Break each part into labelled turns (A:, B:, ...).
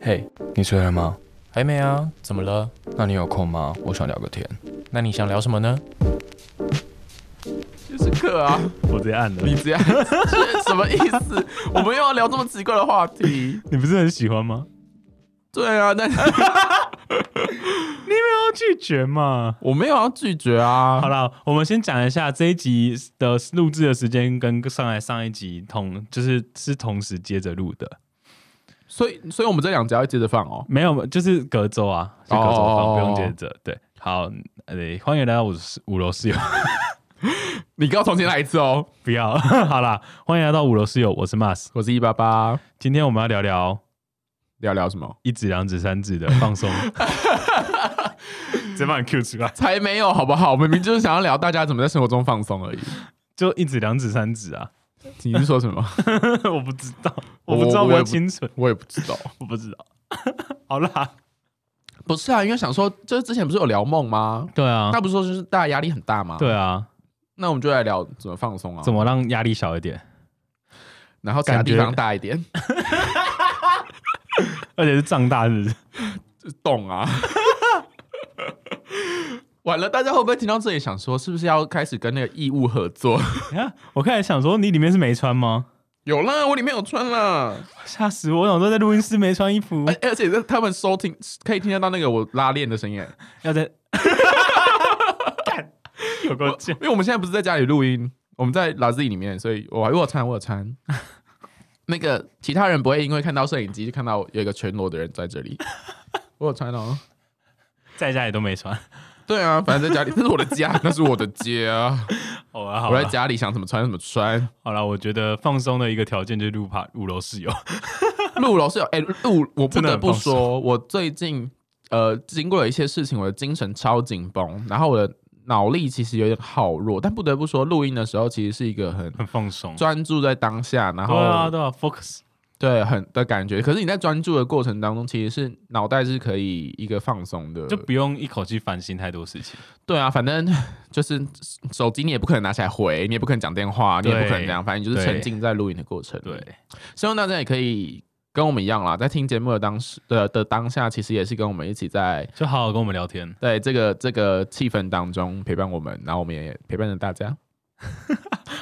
A: 嘿、你睡了吗？
B: 还没啊？怎么了？
A: 那你有空吗？我想聊个天。
B: 那你想聊什么呢？
C: 就是课 啊，
D: 我直接按了。
C: 你
D: 你
C: 这样什么意思？我们又要聊这么奇怪的话题？
D: 你不是很喜欢吗？
C: 对 啊，但是
D: 要拒绝嘛。
C: 我没有要拒绝啊。
D: 好了，我们先讲一下这一集的录制的时间跟上来上一集同，就是是同时接着录的，
C: 所以，所以我们这两集要接着放哦。
D: 没有，就是隔周啊，是隔周放
C: 哦
D: 不用接着。对，好，呃，欢迎来到五十五楼室友，
C: 你给我重新来一次哦。
D: 不要， 好啦，欢迎来到五楼室友，我是 Mas，
C: 我是一八八，
D: 今天我们要聊聊
C: 聊聊什么？
D: 一指、两指、三指的放 松，直接把你 Q 出来，
C: 才没有，好不好？我明明就是想要聊大家怎么在生活中放松 而已。
D: 就一指、两指、三指啊，
C: 你是说什么？
D: 我不知道，我不知道，
C: 我
D: 比
C: 我也不
D: 较清楚，
C: 我也不知道。
D: 我不知道， 好啦，
C: 不是啊，因为想说，就是之前不是有聊梦吗？
D: 对啊
C: 那不是说就是大家压力很大吗？，
D: 对啊，
C: 那我们就来聊怎么放松啊，
D: 怎么让压力小一点，
C: 然后其他地
D: 感觉
C: 方大一点，
D: 而且是胀大 日，
C: 懂啊。 完了，大家会不会听到这里想说，是不是要开始跟那个义务合作？
D: 你看，啊我开始想说你里面是没穿吗？
C: 有啦，我里面有穿 啦，
D: 吓死我！我想说在录音室没穿衣服
C: 而，而且是他们收听可以听得到那个我拉链的声 音，
D: 要 在，干有够贱
C: 因为我们现在不是在家里录音，我们在拉 Z 里面，所以我我有穿，我有 穿。那个其他人不会因为看到摄影机就看到有一个全裸的人在这里， 我有穿哦。
D: 在家里都没穿。
C: 对啊，反正在家里，那是我的家，那是我的 家。
D: 好啊，好
C: 我在
D: 了，
C: 家里想怎么穿怎么穿。
D: 好了，我觉得放松的一个条件就是录趴五楼室 友，
C: 陆楼是有，哎、陆，我不
D: 真的
C: 得
D: 很
C: 不
D: 放松
C: 说，我最近呃经过了一些事情，我的精神超紧绷，然后我的脑力其实有点好弱，但不得不说，录音的时候其实是一个很
D: 很放松。对
C: 专注在当下，然后
D: 啊，对啊，focus。
C: 对，很的感觉。可是你在专注的过程当中，其实是脑袋是可以一个放松的。
D: 就不用一口气烦心太多事情，
C: 对啊，反正就是手机你也不可能拿起来回，你也不可能讲电话，你也不可能
D: 对
C: 这样，反正你就是
D: 对
C: 沉浸在录影的过程。
D: 对，，
C: 希望大家也可以跟我们一样啦，在听节目的当时的的当下，其实也是跟我们一起在
D: 就好好跟我们聊天。
C: 在这个这个气氛当中陪伴我们，然后我们也陪伴着大家。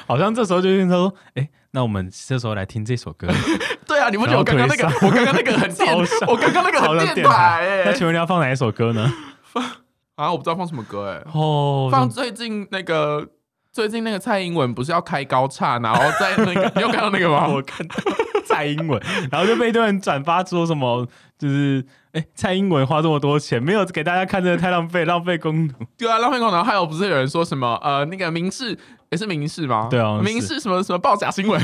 D: 好像这时候就变成说，哎、那我们这时候来听这首歌，
C: 对啊，你不觉得我刚
D: 然后
C: 刚那个，
D: 腿
C: 我刚刚那个很电
D: 超像，
C: 我刚刚那个
D: 好像
C: 很
D: 电
C: 电台哎、
D: 那请问你要放哪一首歌呢？
C: 啊，我不知道放什么歌哎、
D: 哦，
C: 放最近那个最近那个蔡英文不是要开高叉，然后在那 个你有看到那个吗？
D: 我看到 蔡英文， 然后就被一堆人转发说什么，就是哎、蔡英文花这么多钱，没有给大家看，真的太浪费，浪费公奴。
C: 对啊，浪费空然后还有不是有人说什么呃那个民事也是民事吗？
D: 对啊
C: 民事什么什么报假新闻，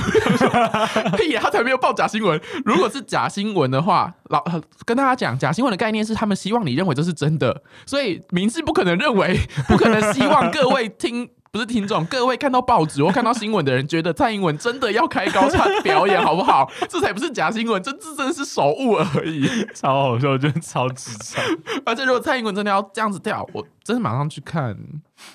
C: 屁、啊，他才没有报假新闻。如果是假新闻的话，老、呃跟大家讲，假新闻的概念是他们希望你认为这是真的，所以民事不可能认为， 不可能希望各位听。不是听众，各位看到报纸或看到新闻的人，觉得蔡英文真的要开高唱表演，好不好？ 这才不是假新闻，这这真的是手误而已。
D: 超好笑，我觉得超智障。
C: 而且如果蔡英文真的要这样子跳，我真的马上去看。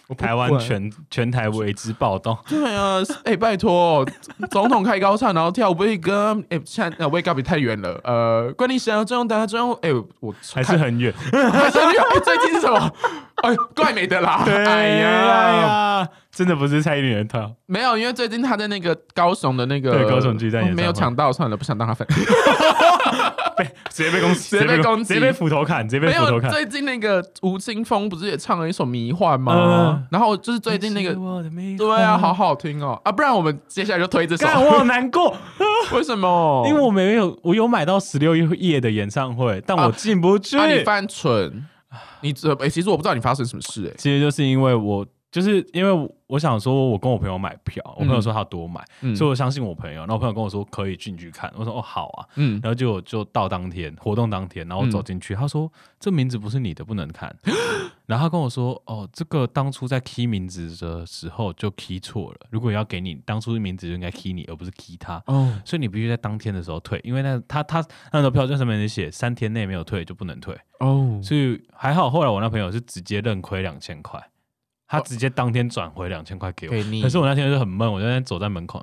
C: 我不
D: 台湾
C: 管
D: 全全台为之暴动，
C: 对啊，哎、拜托，总统开高唱，然后跳 Wake Up，哎、现在呃 Wake Up 也太远了，呃，管理想要中大中，哎、我
D: 还 是很远。
C: 还是远，哎最近是什么？哎，怪美的 啦，哎
D: 哎
C: 呀，
D: 呀，真的不是蔡英文套，
C: 没有，因为最近他在那个高雄的那个哦
D: 对高雄巨蛋演唱
C: 没
D: 会
C: 有抢到，算了，不想当他粉，
D: 被直接被攻击，
C: 直接被攻击
D: 直接被斧头砍，直接 被
C: 没
D: 斧头
C: 有，
D: 砍。
C: 最近那个吴青峰不是也唱了一首《迷幻》吗
D: 嗯？
C: 然后就是最近那个
D: 你是。我的迷幻
C: 对啊，好，好听哦啊！不然我们接下来就推这首，
D: 干我好难过，
C: 为什么？
D: 因为我没有，我有买到十六夜的演唱会，但我
C: 啊
D: 进不去。
C: 啊，你犯蠢，你这哎、其实我不知道你发生什么事哎、
D: 其实就是因为我，就是因为我想说，我跟我朋友买票，我朋友说他多买，
C: 嗯
D: 所以我相信我朋友。然后我朋友跟我说可以进去看，我说哦好啊，
C: 嗯，
D: 然后就就到当天活动当天，然后我走进去，他说这名字不是你的，不能 看。然后他跟我说哦，这个当初在 key 名字的时候就 key 错了，如果要给你当初的名字就应该 key 你，而不是 key 他。
C: 哦，
D: 所以你必须在当天的时候退，因为那他他那时候票券上面写三天内没有退就不能退。
C: 哦，
D: 所以还好，后来我那朋友是直接认亏两千块，他直接当天转回两千块给我。
C: 给你
D: 可是我那天就很闷，我就在走在门口。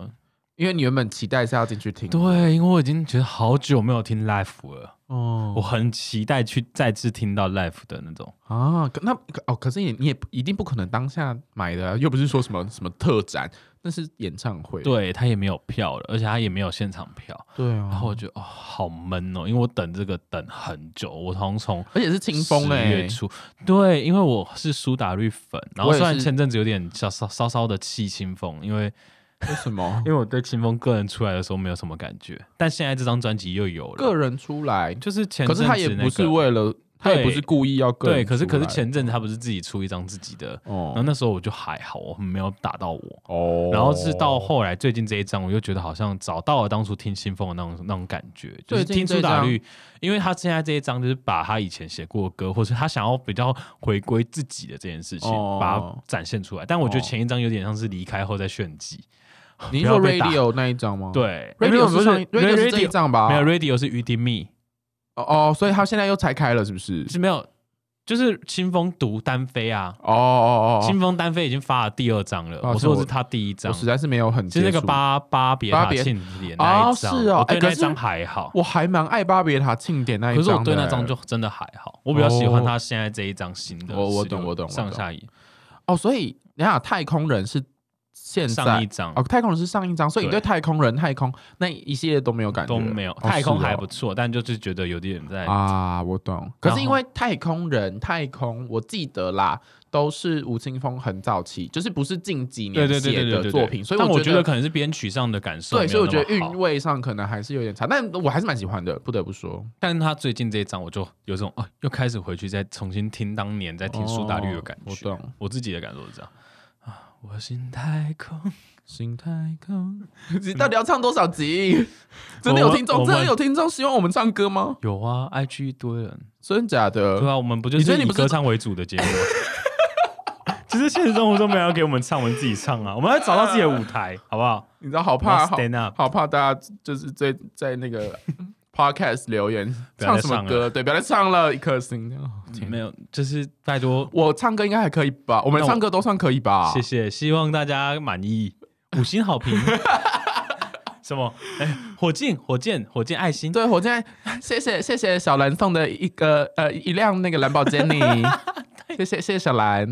C: 因为你原本期待是要进去听，
D: 对，因为我已经觉得好久没有听 live 了，
C: 哦
D: 我很期待去再次听到 l i f e 的那种。
C: 啊，可那可哦，可是你你也不一定不可能当下买的啊、又不是说什么什么特展，那是演唱会。
D: 对他也没有票了，而且他也没有现场票。
C: 对啊，
D: 然后我觉得哦，好闷哦，因为我等这个等很久，我好像从
C: 而且是清风
D: 10
C: 哎、
D: 月初，对，因为我是苏打绿粉，然后
C: 我也
D: 虽
C: 是
D: 然前阵子有点稍稍稍稍的气清风，因为
C: 为什么
D: 因为我对清风个人出来的时候没有什么感觉，但现在这张专辑又有了，
C: 个人出来？
D: 就是前
C: 可
D: 阵
C: 是
D: 子、
C: 他也不是为了，他也不是故意要个人
D: 对，可是可是
C: 出来
D: 前阵子他不是自己出一张自己的，然后
C: 哦
D: 那时候我就还好，我没有打到我。
C: 哦
D: 然后是到后来最近这一张，我又觉得好像找到了当初听新风的那种那种感觉，就是
C: 最近
D: 听
C: 这一
D: 苏
C: 张
D: 打绿，因为他现在这一张就是把他以前写过的歌，或是他想要比较回归自己的这件事情，
C: 哦
D: 把它展现出来。但我觉得
C: 哦
D: 前一张有点像是离开后再炫技，
C: 你是
D: 不要
C: 说
D: 被打
C: radio 那一张吗？
D: 对
C: ，radio
D: 不
C: 是
D: 是
C: 上 radio 是这一
D: radio
C: 张吧？
D: 没有 radio 是 u d m e
C: 哦哦，所以他现在又拆开了，是不是？
D: 是没有，就是清风独单飞啊，
C: 哦哦哦
D: 清风单飞已经发了第二张了，
C: 抱歉
D: 我说的
C: 我
D: 是他第一
C: 哦，
D: 张
C: 我。实在是没有很
D: 就是那个
C: 接触，
D: 巴巴别
C: 巴
D: 塔
C: 别
D: 庆典那一
C: 哦
D: 张，
C: 是哦
D: 我
C: 哎
D: 对
C: 可
D: 那一
C: 是
D: 张还好。
C: 我还蛮爱巴别塔庆典那一
D: 可
C: 张
D: 是
C: 的欸。
D: 我对那张就真的还好，我比较喜欢他现在这一张新的16。
C: 我我懂我懂我懂
D: 上下一
C: 哦，所以你看太空人是现
D: 上一
C: 在
D: 张
C: 哦，太空人是上一张，所以你对
D: 对
C: 太空人、太空那一系列都没有感觉，
D: 都没有，
C: 哦
D: 太空
C: 是哦
D: 还不错，但就是觉得有点在
C: 啊，我懂。可
D: 然后
C: 是因为太空人、太空，我记得啦，都是吴青峰很早期，就是不是近几年
D: 对对对
C: 写
D: 对对
C: 的
D: 对
C: 作品，所以
D: 但我
C: 觉
D: 得可能是编曲上的感受没
C: 对，
D: 有
C: 所以我觉得
D: 那么好
C: 韵，味上可能还是有点差，但我还是蛮喜欢的，不得不说。
D: 但是他最近这一张我就有种啊，又开始回去再重新听当年在听苏打绿的感
C: 哦
D: 觉，
C: 我懂。
D: 我自己的感受是这样啊，我心太空，
C: 心太空， 你到底要唱多少 集？真的有
D: 我们
C: 听众，
D: 我
C: 真
D: 们
C: 的有听众希望我们唱歌吗？
D: 有啊，IG 一堆人，
C: 真假的？
D: 对啊，我们不就
C: 你觉
D: 是
C: 得你
D: 以
C: 不是
D: 歌唱为主的节目吗？ 其实现实生活中没有要给我们唱，我们自己唱啊，我们要找到自己的舞台，好不 好？
C: 你知道好
D: 我们
C: 怕
D: 要
C: 好
D: stand up，
C: 好怕大家就是在在那 个 podcast 留言
D: 不要
C: 唱
D: 再
C: 什么
D: 唱了
C: 歌，对，不要再唱了，一颗星。哦天
D: 没有，就是拜托，
C: 我唱歌应该还可以吧？我们
D: 那我
C: 唱歌都算可以吧？
D: 谢谢，希望大家满意，五星好评。 什么？哎、火箭，火箭，火箭，爱心。
C: 对，我现在 谢谢谢谢小兰送的一个呃一辆那个兰博基 尼，谢谢谢谢小兰。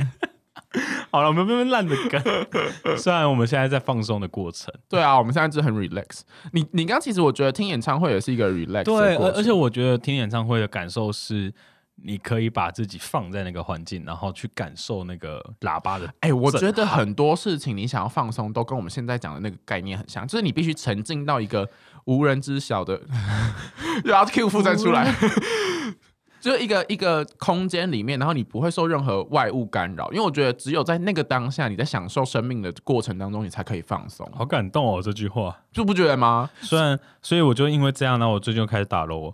D: 好了，我们慢慢烂的 梗。虽然我们现在在放松的过程，
C: 对啊，我们现在就是很 relax。你你刚其实我觉得听演唱会也是一个 relax 的
D: 对，
C: 过
D: 而
C: 程
D: 而且我觉得听演唱会的感受是，你可以把自己放在那个环境，然后去感受那个喇叭的。
C: 哎、我觉得很多事情你想要放松，都跟我们现在讲的那个概念很像，就是你必须沉浸到一个无人知晓的， 又要 Q 负债出来，就是一个一个空间里面，然后你不会受任何外物干扰，因为我觉得只有在那个当下，你在享受生命的过程当中，你才可以放松，
D: 好感动哦，这句话。
C: 就不觉得吗？
D: 虽然，所以我就因为这样，然后我最近又开始打 low，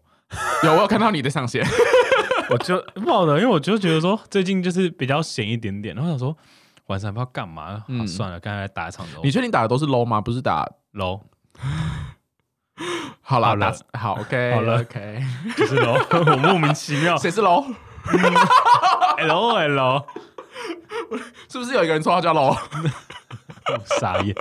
C: 有，我有看到你的上线，
D: 我就不好的，因为我就觉得说最近就是比较闲一点点，然后想说晚上不知道干嘛，
C: 嗯
D: 啊、算了，刚才打一场 low，
C: 你确定打的都是 low 吗？不是打
D: low
C: 好啦，
D: 好了
C: 打好 OK
D: 好了
C: OK，
D: 就是 low，我莫名其妙哎
C: 谁是 low？
D: ，l l，
C: 是不是有一个人说他叫 low？
D: 傻眼，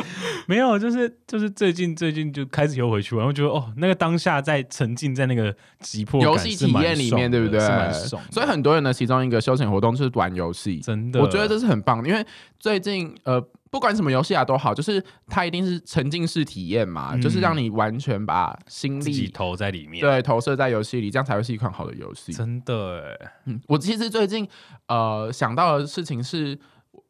D: 没有，就是就是最近最近就开始又回去玩，我觉得哦，那个当下在沉浸在那个急迫
C: 游
D: 感
C: 戏
D: 是
C: 体
D: 蛮
C: 验里
D: 爽
C: 面，对不
D: 的
C: 对？
D: 是蛮爽的，
C: 所以很多人的其中一个休闲活动就是玩游戏，
D: 真的，
C: 我觉得这是很棒的，因为最近呃，不管什么游戏啊都好，就是它一定是沉浸式体验嘛，
D: 嗯
C: 就是让你完全把心
D: 自己
C: 力。
D: 投在里面，
C: 对，投射在游戏里，这样才会是一款好的游戏。
D: 真的哎，
C: 嗯，我其实最近呃想到的事情是，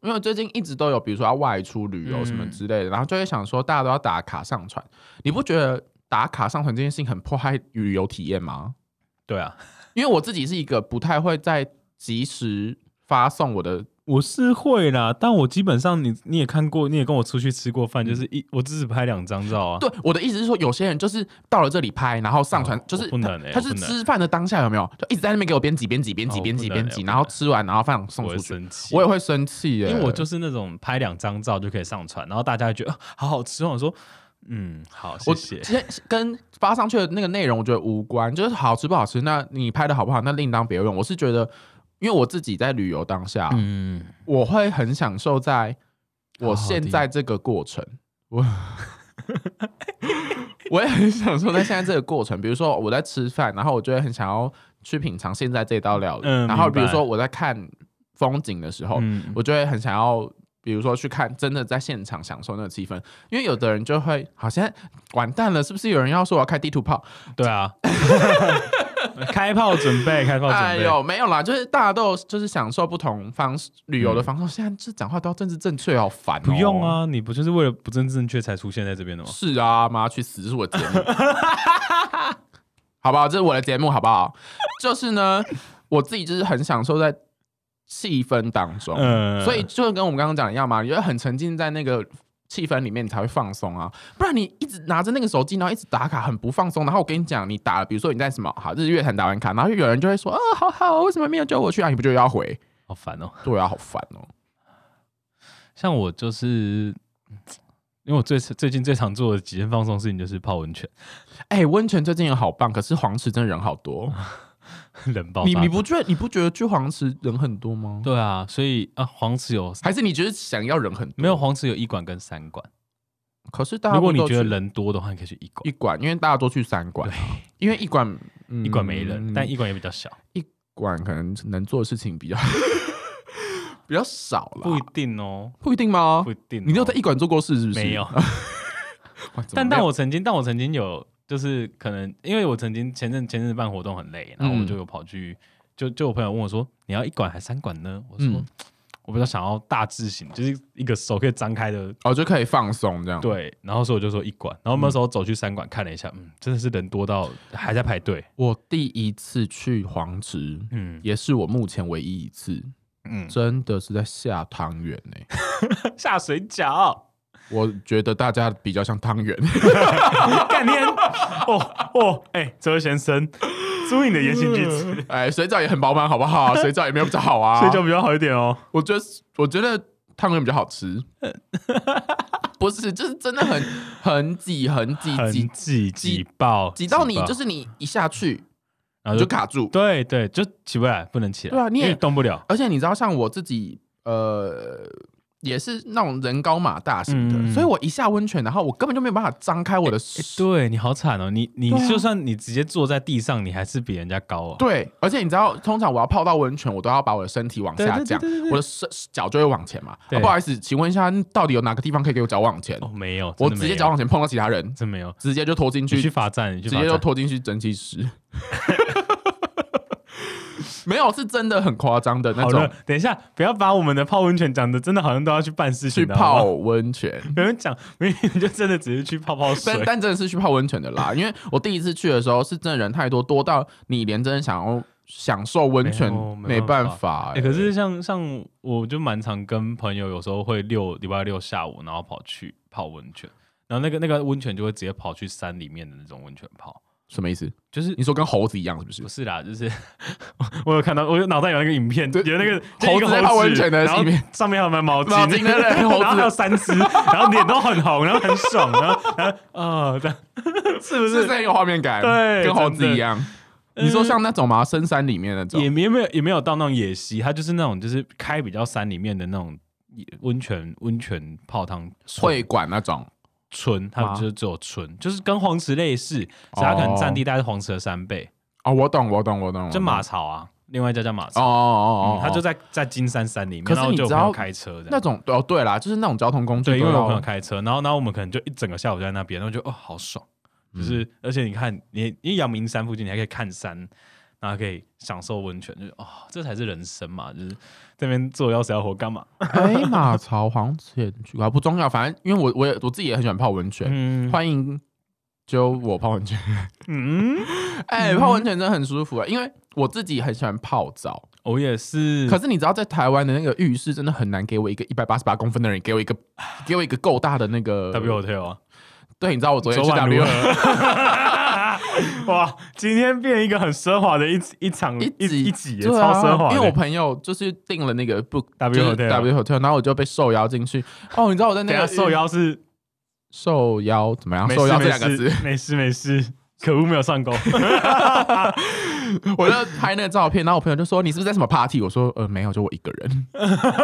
C: 因为最近一直都有，比如说要外出旅游什么
D: 嗯
C: 之类的，然后就会想说大家都要打卡上传，你不觉得打卡上传这件事情很破坏旅游体验吗？
D: 对啊，
C: 因为我自己是一个不太会在及时发送我的，
D: 我是会啦，但我基本上你你也看过，你也跟我出去吃过饭，就是一我只只拍两张照啊。
C: 嗯对我的意思是说，有些人就是到了这里拍，然后上传，
D: 哦
C: 就是
D: 我不能欸
C: 他
D: 我
C: 是
D: 不能
C: 吃饭的当下有没有，就一直在那边给我编辑编辑编辑
D: 哦
C: 编辑
D: 我不能
C: 编辑，
D: 欸
C: 然后吃完然后放送
D: 我
C: 出
D: 会
C: 去，
D: 生气，
C: 我也会生气耶，
D: 因为我就是那种拍两张照就可以上传，然后大家会觉得、啊好好吃哦。我说嗯好，谢
C: 我
D: 谢。
C: 其实跟发上去的那个内容，我觉得无关，就是好吃不好吃，那你拍的好不好，那另当别论。我是觉得，因为我自己在旅游当下，
D: 嗯，
C: 我会很享受在我现在这个过程。我 我也很想说，在现在这个过程，比如说我在吃饭，然后我就会很想要去品尝现在这道料理。
D: 嗯
C: 然后
D: 明白
C: 比如说我在看风景的时候，
D: 嗯
C: 我就会很想要。比如说去看，真的在现场享受那个气氛，因为有的人就会好像哎完蛋了，是不是有人要说我要开地图炮？
D: 对啊，开炮准备，开炮
C: 哎
D: 哦准备。
C: 呦，没有啦，就是大家都有就是享受不同方式旅游的方式。现在这讲话都要政治正确，好烦、哦。
D: 嗯不用，啊，你不就是为了不正正确才出现在这边的吗？
C: 是啊，妈去死！这是我的节目， 好不好？这是我的节目，好不好？就是呢，我自己就是很享受在气氛当中，
D: 嗯
C: 所以就跟我们刚刚讲的一样嘛，你就很沉浸在那个。气氛里面你才会放松啊，不然你一直拿着那个手机，然后一直打卡，很不放松。然后我跟你讲，你打，比如说你在什么好日月潭打完卡，然后有人就会说，啊、好好，为什么没有叫我去啊？你不就要回？
D: 好烦哦。
C: 对啊，好烦哦、
D: 像我就是，因为我最最近最常做的极限放松事情就是泡温泉，
C: 哎、温泉最近也好棒，可是黄池真的人好多。
D: 人爆
C: 你
D: 炸
C: 你不觉得你不觉得去黄池人很多吗？
D: 对啊，所以啊，黄池有
C: 还是你觉得想要人很多？
D: 没有黄池有一馆跟三馆，
C: 可是大家
D: 如果
C: 不
D: 你
C: 都
D: 觉得
C: 去
D: 人多的话，你可以去一馆
C: 一，馆，因为大家都去三馆啊，因为一馆、嗯
D: 一馆没人，但一馆也比较小，
C: 一馆可能能做的事情比较 比较少了，
D: 不一定哦，
C: 不一定吗
D: 不？一定哦。
C: 你有在一馆做过事是不是？
D: 没有
C: 哇，？怎么
D: 但
C: 没
D: 但
C: 有
D: 我曾经，但我曾经有，就是可能因为我曾经前阵前阵子办活动很累，然后我
C: 嗯
D: 就有跑去，就就我朋友问我说，你要一馆还是三馆呢？我说、
C: 嗯
D: 我比较想要大字型，就是一个手可以张开的。
C: 哦就嗯可以放松这样。
D: 对，然后所以我就说一馆，然后那时候走去三馆看了一下，嗯，真的是人多到还在排队，
C: 我第一次去黄池，
D: 嗯
C: 也是我目前唯一一次，
D: 嗯，
C: 真的是在下汤圆呢、
D: 下水饺，
C: 我觉得大家比较像汤圆，
D: 干啊天， 哦哦，哎、周先生，注意你的言行举止， 水
C: 哎，水饺也很饱满，好不好？水饺也没有比较好啊。
D: 比较好一点哦。
C: 我觉得我觉得汤圆比较好吃，不是，就是真的很很挤，很挤，
D: 很
C: 挤
D: 挤
C: 挤
D: 挤爆，
C: 挤到你
D: 爆
C: 就是你一下去
D: 然
C: 你就
D: 后就
C: 卡住。
D: 对对，就起不来，不能起来，
C: 对啊你也
D: 因为动不了。
C: 而且你知道，像我自己，呃，也是那种人高马大型的，
D: 嗯哎
C: 所以我一下温泉，然后我根本就没有办法张开我的手。
D: 对你好惨哦，你你
C: 对啊
D: 就算你直接坐在地上，你还是比人家高哦。
C: 对，而且你知道，通常我要泡到温泉，我都要把我的身体往下降，我的手脚就会往前嘛、啊。
D: 对
C: 不好意思，请问一下，到底有哪个地方可以给我脚往前？
D: 哦，没有，
C: 我
D: 真的
C: 直接
D: 没有
C: 脚往前碰到其他人，
D: 真没有，
C: 直接就拖进
D: 你
C: 去
D: 去罚站，你去
C: 直
D: 罚
C: 接就
D: 站。
C: 拖进去蒸汽室。 没有，是真的很夸张的那
D: 好
C: 种
D: 了，等一下，不要把我们的泡温泉讲的真的好像都要去办事情
C: 去
D: 哦的好不好
C: 泡温 泉。
D: 有人讲，明明就真的只是去泡 泡水
C: 但，但真的是去泡温泉的啦，因为我第一次去的时候是真的人太多，多到你连真的想要享受温泉
D: 没有没
C: 没
D: 办
C: 办法、
D: 欸可是像像我就蛮常跟朋友有时候会六礼拜六下午，然后跑去泡温泉，然后那个那个温泉就会直接跑去山里面的那种温泉泡，
C: 什么意思？
D: 就是
C: 你说跟猴子一样是不是
D: 不？是啦，就是 我有看到，我有脑袋有那个影片，
C: 对
D: 有那个
C: 猴子
D: 一个
C: 在泡温泉的
D: 然后
C: 影片
D: 上面还有卖毛
C: 毛巾对对对
D: 然
C: 猴
D: 后
C: 子
D: 还有三只，然后脸都很红，然后很爽，然后然后 呃，这样是不
C: 是
D: 是
C: 不是？很有画面感？
D: 对
C: 跟猴子
D: 真的嗯
C: 一样。你说像那种吗？深山里面那种
D: 也？没也没有也没有到那种野溪，它就是那种就是开比较山里面的那种野温泉温泉泡汤村
C: 会馆那种，
D: 村，它
C: 吗
D: 就是只有村，就是跟黄池类似，所以它可能占地大概是黄池的三倍，
C: 哦，我懂，我懂，我懂，
D: 就
C: 我懂
D: 马槽啊，另外一家叫马
C: 哦
D: 槽，
C: 哦哦哦
D: 嗯
C: 哦，
D: 它就在在金山山里面，
C: 可是
D: 然后
C: 你
D: 就有
C: 知
D: 朋友
C: 道
D: 开车这
C: 那
D: 样。
C: 种哦，对啦，就是那种交通工具都
D: 对，
C: 要，
D: 因为我朋友开车，然后然后我们可能就一整个下午就在那边，然后就哦好爽，
C: 嗯
D: 就是、而且你看你因为阳明山附近你还可以看山，然后可以享受温泉，就是哦这才是人生嘛，就是这边做要死要活干嘛？
C: 哎，马槽黄泉去啊，不重要，反正因为我我也我自己也很喜欢泡温泉，
D: 嗯
C: 欢迎揪我泡温泉。
D: 嗯，
C: 哎，泡温泉真的很舒服啊，因为我自己很喜欢泡澡。
D: 我也是，
C: 可是你知道，在台湾的那个浴室真的很难给我一个一百八十八公分的人，给我一个给我一个够大的那个
D: W Hotel 啊，
C: 对，你知道我昨天去
D: 昨晚
C: W
D: 如何？ 哇，今天变一个很奢华的一一 场
C: 一
D: 一
C: 集
D: 一集耶，
C: 对
D: 超
C: 啊
D: 奢华的。
C: 因为我朋友就是订了那个 book
D: W
C: 就是
D: Hotel
C: W hotel，然后我就被受邀进去。哦，你知道我在那
D: 等一下
C: 个
D: 受邀是
C: 受邀怎么样？
D: 没
C: 受
D: 事
C: 邀这
D: 没
C: 两个字
D: 事，没事没事，可恶，没 有上钩。
C: 我就拍那个照片，然后我朋友就说：“你是不是在什么 party？” 我说：“呃，没有，就我一个人。”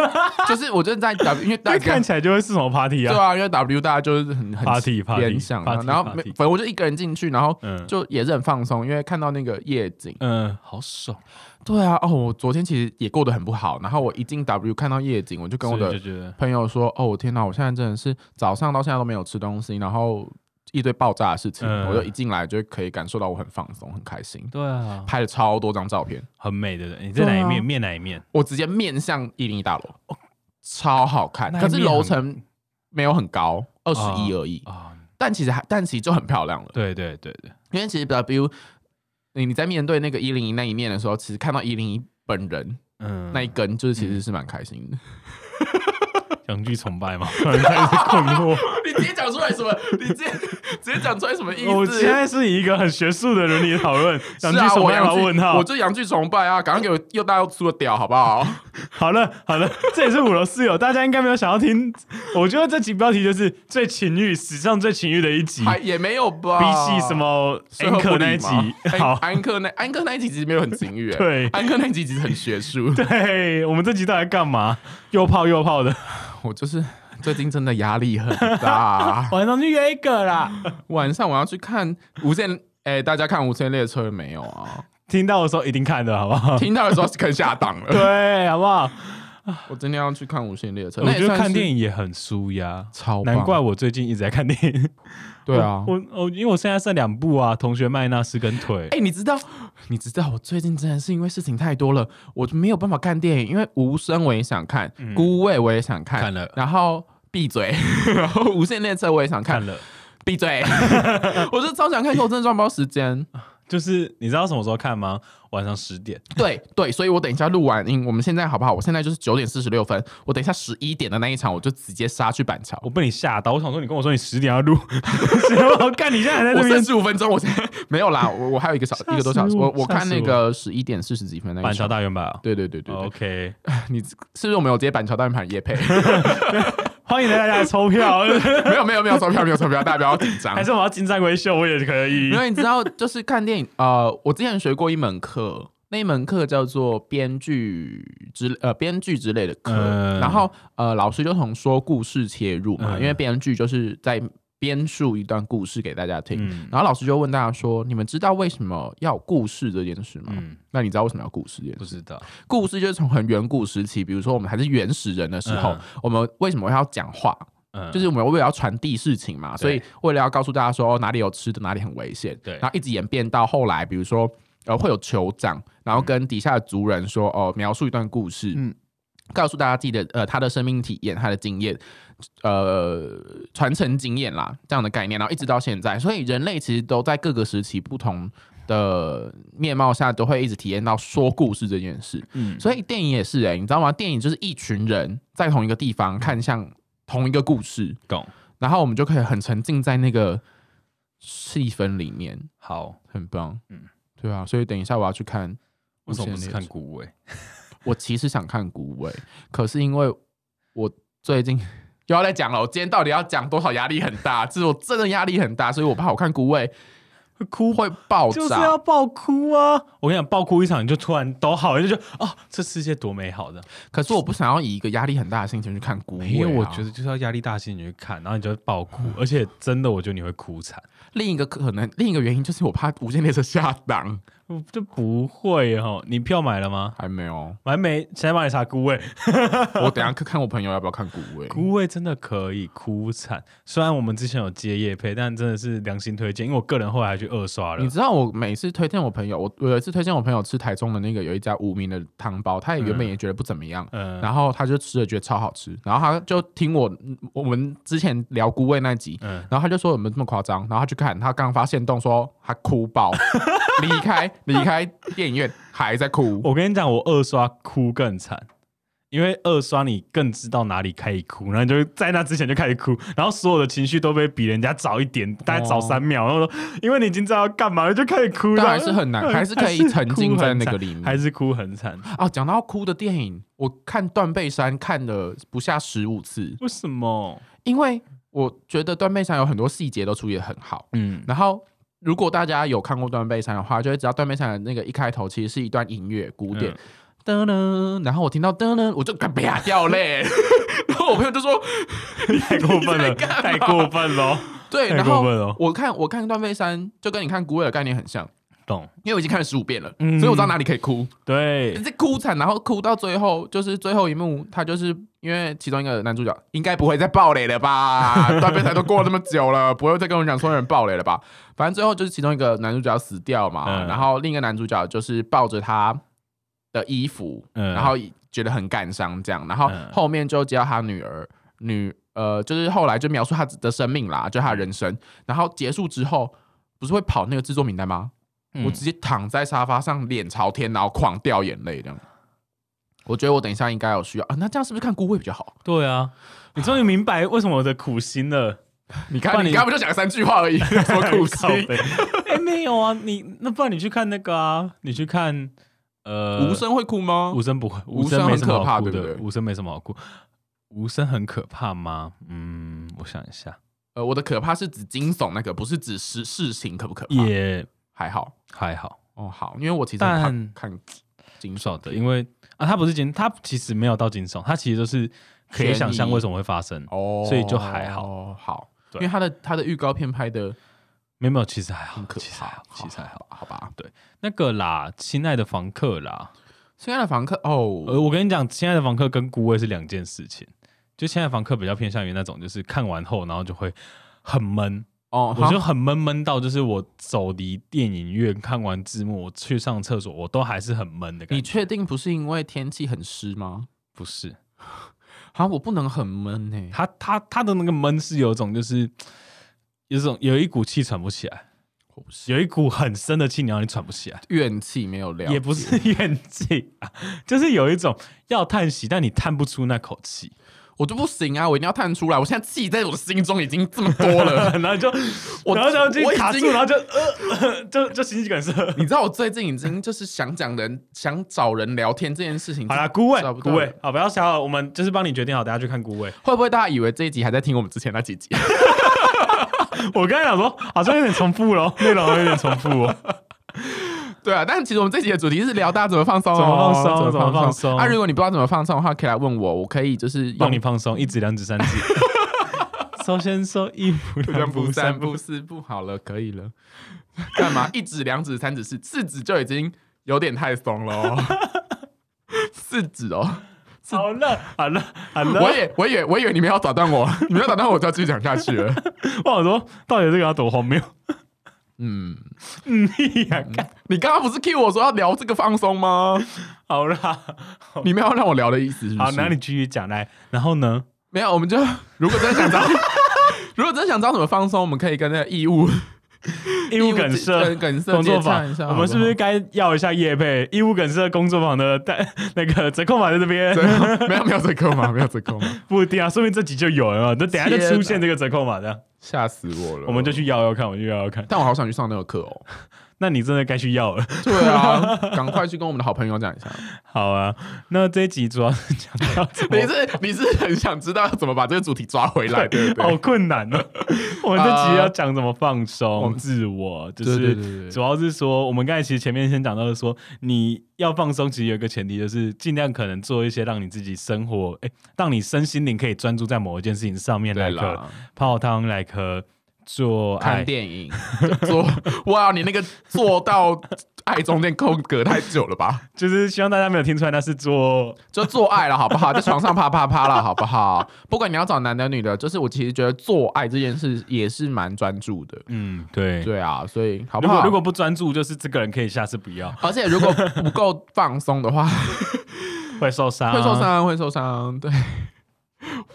C: 就是我就在 W，因为大
D: 但
C: 家
D: 看起来就会是什么 party
C: 对
D: 啊？
C: 啊，因为 W 大家就是很很
D: Party，party，
C: 联想啊
D: party，
C: 然后
D: party
C: 没反正我就一个人进去，然后
D: 嗯
C: 就也是很放松，因为看到那个夜景。
D: 嗯，好爽，
C: 对啊，哦，我昨天其实也过得很不好，然后我一进 W 看到夜景，我就跟我
D: 所以
C: 的
D: 就觉得
C: 朋友说：“哦，我天哪，我现在真的是早上到现在都没有吃东西，然后一堆爆炸的事情，
D: 嗯
C: 我就一进来就可以感受到我很放松，很开心，
D: 对啊，
C: 拍了超多张照片。”
D: 很美的人。你在哪一
C: 对啊
D: 面？面哪一面？
C: 我直接面向一零一大楼，超好看，
D: 那一
C: 可
D: 面
C: 是楼层没有很高，二十一
D: 哦
C: 而已，
D: 啊，
C: 但其实还但其实就很漂亮了，
D: 对对对对，
C: 因为其实 W 你你在面对那个一零一那一面的时候，其实看到一零一本人
D: 嗯，
C: 那一根，就是其实是蛮开心的。
D: 两句崇拜嘛， 突然开始困 惑。
C: 你直接讲出来什么？你 直接直接讲出来什么意
D: 我现
C: 思？
D: 在是以一个很学术的伦理讨论，
C: 是
D: 两句
C: 啊，
D: 崇
C: 我
D: 拜吗？
C: 洋
D: 问
C: 剧，
D: 号
C: 我。就洋剧崇拜啊！赶快给我又大又粗的屌，好不 好？
D: 好了好了， 这也是我的室友，大家应该没有想要听。我觉得这集标题就是最情欲，史上最情欲的一集，
C: 还也没有吧？
D: 比起什么
C: 最后
D: Anchor
C: 不理吗？哎
D: 那一集
C: 好
D: 好，。
C: 安克那安克那一集其实没有很情欲、欸，
D: 对
C: 安克那一集其实很学术。
D: 对，我们这集到底在干嘛？又泡又泡的，
C: 我就是最近真的压力很大，
D: 晚上去约一个啦。
C: 晚上我要去看《无限》。哎、大家看《无限列车》了没有啊？
D: 听到的时候一定看的好不好？
C: 听到的时候是可以下档了。
D: 对，好不好？我
C: 我今天要去看《无限列车》，那
D: 我
C: 也
D: 觉得
C: 算
D: 看
C: 是
D: 电影也很舒压，
C: 超棒
D: 难怪我最近一直在看电影。
C: 对啊。
D: 我我因为我现在剩两部啊，《同学麦娜丝》跟《腿》
C: 哎、你知道，你知道，我最近真的是因为事情太多了，我就没有办法看电影。因为《无声》我也想看，孤味》我也想看，
D: 嗯看了
C: 然后闭嘴， 然后《无限列车》我也想看
D: 看，了。
C: 闭嘴， 我就超想看，可我真的抓不到时间。
D: 就是你知道什么时候看吗？晚上十点。
C: 对对，所以我等一下录完嗯音，我们现在好不好？我现在就是九点四十六分，我等一下十一点的那一场，我就直接杀去板桥。
D: 我被你吓到，我想说你跟我说你十点要录， 我干你现在还在
C: 我
D: 这
C: 剩
D: 边。
C: 十五分钟，我现在没有啦，我我还有一个小
D: 死
C: 一个多小时，
D: 我
C: 我我
D: 吓
C: 看
D: 死
C: 那
D: 我
C: 个十一点四十几分那
D: 板
C: 一
D: 桥
C: 场。
D: 大圆板啊
C: 对对对对对，
D: ，OK，
C: 你是不是我们有接板桥大圆盘夜配？
D: 欢迎大家来抽票，
C: 没有没有没有钞票没有钞票，大家不要紧张
D: 还。是我要金三维秀我也可以
C: 因。为你知道，就是看电影，呃，我之前学过一门课，那一门课叫做编剧之呃编剧之类的课，
D: 嗯
C: 然后呃老师就从说故事切入嘛，
D: 嗯
C: 因为编剧就是在编述一段故事给大家听，
D: 嗯
C: 然后老师就问大家说，你们知道为什么要有故事这件事吗？
D: 嗯，
C: 那你知道为什么要故事这件
D: 不
C: 事？
D: 知道，
C: 故事就是从很远古时期，比如说我们还是原始人的时候，
D: 嗯
C: 我们为什么要讲话？
D: 嗯，
C: 就是我们为了要传递事情嘛，所以为了要告诉大家说、哦哪里有吃的，哪里很危险，
D: 对
C: 然后一直演变到后来，比如说呃会有酋长，然后跟底下的族人说哦、描述一段故事，
D: 嗯
C: 告诉大家自己的呃他的生命体验、他的经验，呃传承经验啦这样的概念，然后一直到现在，所以人类其实都在各个时期不同。的面貌下都会一直体验到说故事这件事，
D: 嗯
C: 所以电影也是哎、欸，你知道吗？电影就是一群人在同一个地方看向同一个故事，
D: 懂。
C: 然后我们就可以很沉浸在那个气氛里面，
D: 好，
C: 很棒。嗯
D: 嗯，
C: 对啊，所以等一下我要去看。
D: 为什么不是
C: 无限列
D: 看
C: 车？
D: 古伟？
C: 我其实想看古伟，可是因为我最近 又要再讲了，我今天到底要讲多少压力很大？这是我真的压力很大，所以我怕我看古伟
D: 会哭
C: 会爆
D: 就是
C: 炸
D: 要。爆哭啊！我跟你讲，爆哭一场你就突然都好，你就觉得哦，这世界多美好的。
C: 可是我不想要以一个压力很大的心情去看古伟、啊，嗯
D: 因为我觉得就是要压力大心你去看，然后你就会爆哭，而且真的我觉得你会哭惨。
C: 另一个可能，另一个原因就是我怕《无间列车》下档，
D: 我就不会哦，你票买了吗？
C: 还没有。
D: 买没？谁帮你查孤味？
C: 我等一下看看我朋友要不要看古伟。
D: 孤味真的可以哭惨。虽然我们之前有接夜配，但真的是良心推荐，因为我个人后来还去二刷了
C: 你。知道我每次推荐我朋友，我我有一次推荐我朋友吃台中的那个有一家无名的汤包，他也原本也觉得不怎么样，
D: 嗯，
C: 然后他就吃了觉得超好吃，然后他就听我我们之前聊菇味那集，
D: 嗯
C: 然后他就说有没有这么夸张，然后他去看，他刚发现动说他哭 爆，离开离开电影院还在哭，
D: 我跟你讲，我二刷哭更惨，因为二刷你更知道哪里可以哭，然后你就在那之前就开始哭，然后所有的情绪都被比人家早一点，大
C: 哦
D: 概早三秒，然后说因为你已经知道要干嘛了，就开始哭了，
C: 但还是很 难，还是可以沉浸在那个里
D: 还
C: 面。
D: 是哭很惨。
C: 啊，讲到哭的电影，我看《断背山》看了不下十五次，
D: 为什么？
C: 因为我觉得《断背山》有很多细节都处理的很好。
D: 嗯，
C: 然后如果大家有看过《断背山》的话，就会知道《断背山》的那个一开头其实是一段音乐古
D: 嗯
C: 典，噔噔，然后我听到噔噔，我就快啪掉泪。 然后我朋友就说
D: 太过分了，
C: 你在干嘛
D: 太过分了，：“
C: 对。”
D: 太
C: 然
D: 过
C: 后
D: 分了，
C: 我看我看《断背山》就跟你看《古尔》的概念很像，
D: 懂？
C: 因为我已经看了十五遍了，
D: 嗯
C: 所以我知道哪里可以哭。
D: 对
C: 你，在哭惨，然后哭到最后，就是最后一幕，他就是因为其中一个男主角应该不会再爆雷了 吧？断背台都过了这么久了，不会再跟我讲说有人爆雷了吧？反正最后就是其中一个男主角死掉嘛，
D: 嗯
C: 然后另一个男主角就是抱着他的衣服，
D: 嗯
C: 然后觉得很感伤这样，然后
D: 嗯
C: 后面就接到他女儿女呃，就是后来就描述他的生命啦，就他的人生，然后结束之后不是会跑那个制作名单吗？
D: 嗯
C: 我直接躺在沙发上，脸朝天，然后狂掉眼泪这样。我觉得我等一下应该有需要啊，那这样是不是看孤味比较好？
D: 对啊，你终于明白为什么我的苦心了。
C: 你
D: 不
C: 看，
D: 然
C: 你
D: 你
C: 刚刚不就讲三句话而已， 说苦心
D: 靠北。哎、没有啊，你那不然你去看那个啊，你去看呃，
C: 无，声会哭吗？
D: 无声不会，
C: 无
D: 无
C: 声
D: 声没什么
C: 很可怕
D: 好哭
C: 对不
D: 的，
C: 对
D: 无声没什么好哭。无声很可怕吗？嗯，我想一下，
C: 呃，我的可怕是指惊悚那个，不是指事事情可不可怕？
D: 也
C: 还好
D: 还好，
C: 哦，好，因为我其实很怕
D: 但
C: 看惊
D: 不
C: 悚
D: 晓得，因为啊，它不是惊，它其实没有到惊悚，它其实就是可以想
C: 悬
D: 象
C: 疑
D: 为什么会发生。
C: 哦，
D: 所以就还好
C: 哦，好，因
D: 对
C: 为他的他的预告片拍的
D: 没有没有，其实还好
C: 很，可
D: 其实还
C: 怕
D: 好，，其实还好。，
C: 好吧？
D: 那个啦，亲爱的房客啦，
C: 亲爱的房客哦，
D: 呃，我跟你讲，亲爱的房客跟孤味是两件事情。就亲爱的房客比较偏向于那种，就是看完后，然后就会很闷，
C: 哦，
D: 我
C: 好
D: 就很闷闷到，就是我走离电影院看完字幕，我去上厕所，我都还是很闷的感
C: 你
D: 觉。
C: 确定不是因为天气很湿吗？
D: 不是
C: 啊，我不能很闷欸呢、
D: 他他他的那个闷是有一种就是有一种有一股气喘不起来，有一股很深的气，然后你喘不起来，
C: 怨气没有了，
D: 也不是怨气啊，就是有一种要叹息，但你叹不出那口气。
C: 我就不行啊！我一定要探出来，我现在气在我的心中已经这么多 了。
D: 然后就
C: 我
D: 我，然后就
C: 我已
D: 就卡
C: 经
D: 住，然后就呃，就就心肌梗塞。
C: 你知道我最近已经就是想讲人，想找人聊天这件事情。
D: 好啦，孤位
C: 找不，到
D: 孤位，好，不要笑了，我们就是帮你决定好，大家去看孤位。
C: 会不会大家以为这一集还在听我们之前那几集？
D: 我刚才想说，好像有点重复咯，内容有点重复哦。
C: 对啊，但其实我们这集的主题是聊大家怎么放松哦，
D: 怎么放松
C: 怎么
D: 怎么
C: 放
D: 放
C: 松。
D: 松
C: 啊，如果你不知道怎么放松的话，可以来问我，我可以就是用
D: 帮你放松，一指、两指、三指。首先说一步
C: 两
D: 两
C: 步
D: 步
C: 三
D: 三步，
C: 步四步，好了，可以了。 干嘛？一指、两指、三指、四四指就已经有点太松了 哦。四指哦，
D: 好了好了好了，
C: 我也我以为我以为你们要打断我， 你们要打断我就要继续讲下去 了。
D: 我想说，到底这个要多荒谬？
C: 嗯，
D: 嗯，呀，干
C: 你刚刚不是 cue 我说要聊这个放松吗？
D: 好啦，
C: 你们要让我聊的意思是不
D: 好，
C: 是？
D: 那你继续讲来。然后呢？
C: 没有，我们就如果真的想知道， 如果真的想知道怎么放松，我们可以跟那个义务
D: 义务呃梗塞
C: 义务，梗塞
D: 工作
C: 接洽
D: 坊
C: 一下，
D: 我们是不是该要一下业配？义务梗是工作坊的但那个折扣码在这边，
C: 对没有没有折扣吗？没有折扣吗？
D: 不一定啊，说明这集就有了嘛。那等一下就
C: 天哪
D: 出现这个折扣码的，
C: 吓死我了！
D: 我们就，去要要看，我们就要要看。
C: 但我好想去上那个课哦。
D: 那你真的该去要了。
C: 对啊，赶快去跟我们的好朋友讲一下。
D: 好啊，那这一集主要是讲到怎
C: 你
D: 么。
C: 是你是很想知道怎么把这个主题抓回来，对不对？
D: 好困难
C: 啊
D: 哦！ 我们这集要讲怎么放松、自我，就
C: 对对
D: 是
C: 对对
D: 主要是说，我们刚才其实前面先讲到的说，你要放松，其实有一个前提就是尽量可能做一些让你自己生活，哎、让你身心灵可以专注在某一件事情上面，来
C: 对
D: 个
C: 啦，
D: 泡汤，来个做
C: 看
D: 爱。
C: 电影做，哇，你那个做到爱中间空格太久了吧？
D: 就是希望大家没有听出来，那是做
C: 就做爱了，好不好？在床上啪啪啪了，好不好？不管你要找男的女的，就是我其实觉得做爱这件事也是蛮专注的。
D: 嗯，对。
C: 对啊，所以好不
D: 如果
C: 好？
D: 如果不专注，就是这个人可以下次不 要，
C: 而且如果不够放松 的话，
D: 会受伤，
C: 会受。伤，啊会受伤。对，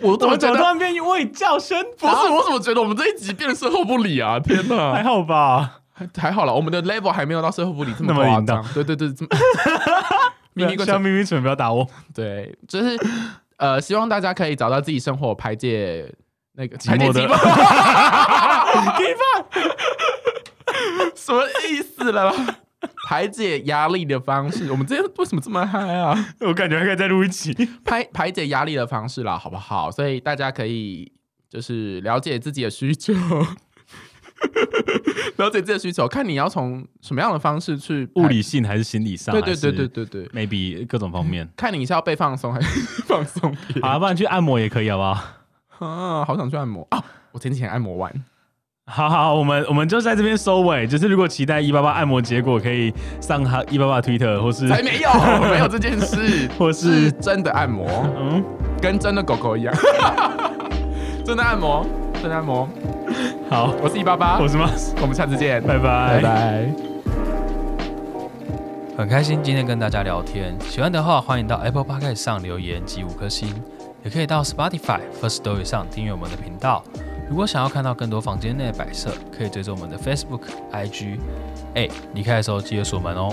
C: 我怎
D: 啊我
C: 么
D: 怎
C: 觉
D: 么突
C: 得
D: 然变为叫声？
C: 不是？我怎么觉得我们这一集变得售后不理啊？天哪！
D: 还好吧？
C: 还还好了，我们的 level 还没有到社会部里这么
D: 那么
C: 夸
D: 淫
C: 张
D: 荡。
C: 对对对， 这么秘密
D: 咪
C: 过
D: 像
C: 程
D: 咪咪蠢，不要打我。
C: 对，就是呃，希望大家可以找到自己生活排解那个
D: 寂寞的
C: 排解寂寞什么意思了啦？ 排解压力的方式，我们今天为什么这么嗨啊？
D: 我感觉还可以再录 一集。
C: 排排解压力的方式啦，好不好？所以大家可以就是了解自己的需求， 了解自己的需求，看你要从什么样的方式去排
D: 物理性还是心理上？
C: 对对对对对对，
D: m a y b e 各种方面。
C: 看你是要被放松还是 放松别
D: 好，不然去按摩也可以，好不好？
C: 啊，好想去按摩啊！我前几天按摩完，
D: 好好，我们我们就在这边收尾。就是如果期待一八八按摩结果，可以上他一八八 Twitter 或是
C: 才没有，没有这件事，
D: 或
C: 是
D: 是
C: 真的按摩，
D: 嗯，
C: 跟真的狗狗一样， 真的按摩，真的按摩。
D: 好，
C: 我是一八八，
D: 我是 m a
C: 我们下次见，
D: 拜拜
C: 啊拜。拜。
B: 很开心今天跟大家聊天，喜欢的话欢迎到 Apple Podcast 上留言及五颗星，也可以到 Spotify、First Story 上订阅我们的频道。如果想要看到更多房间内的摆设，可以追踪我们的 Facebook、IG。哎，离开的时候记得锁门哦。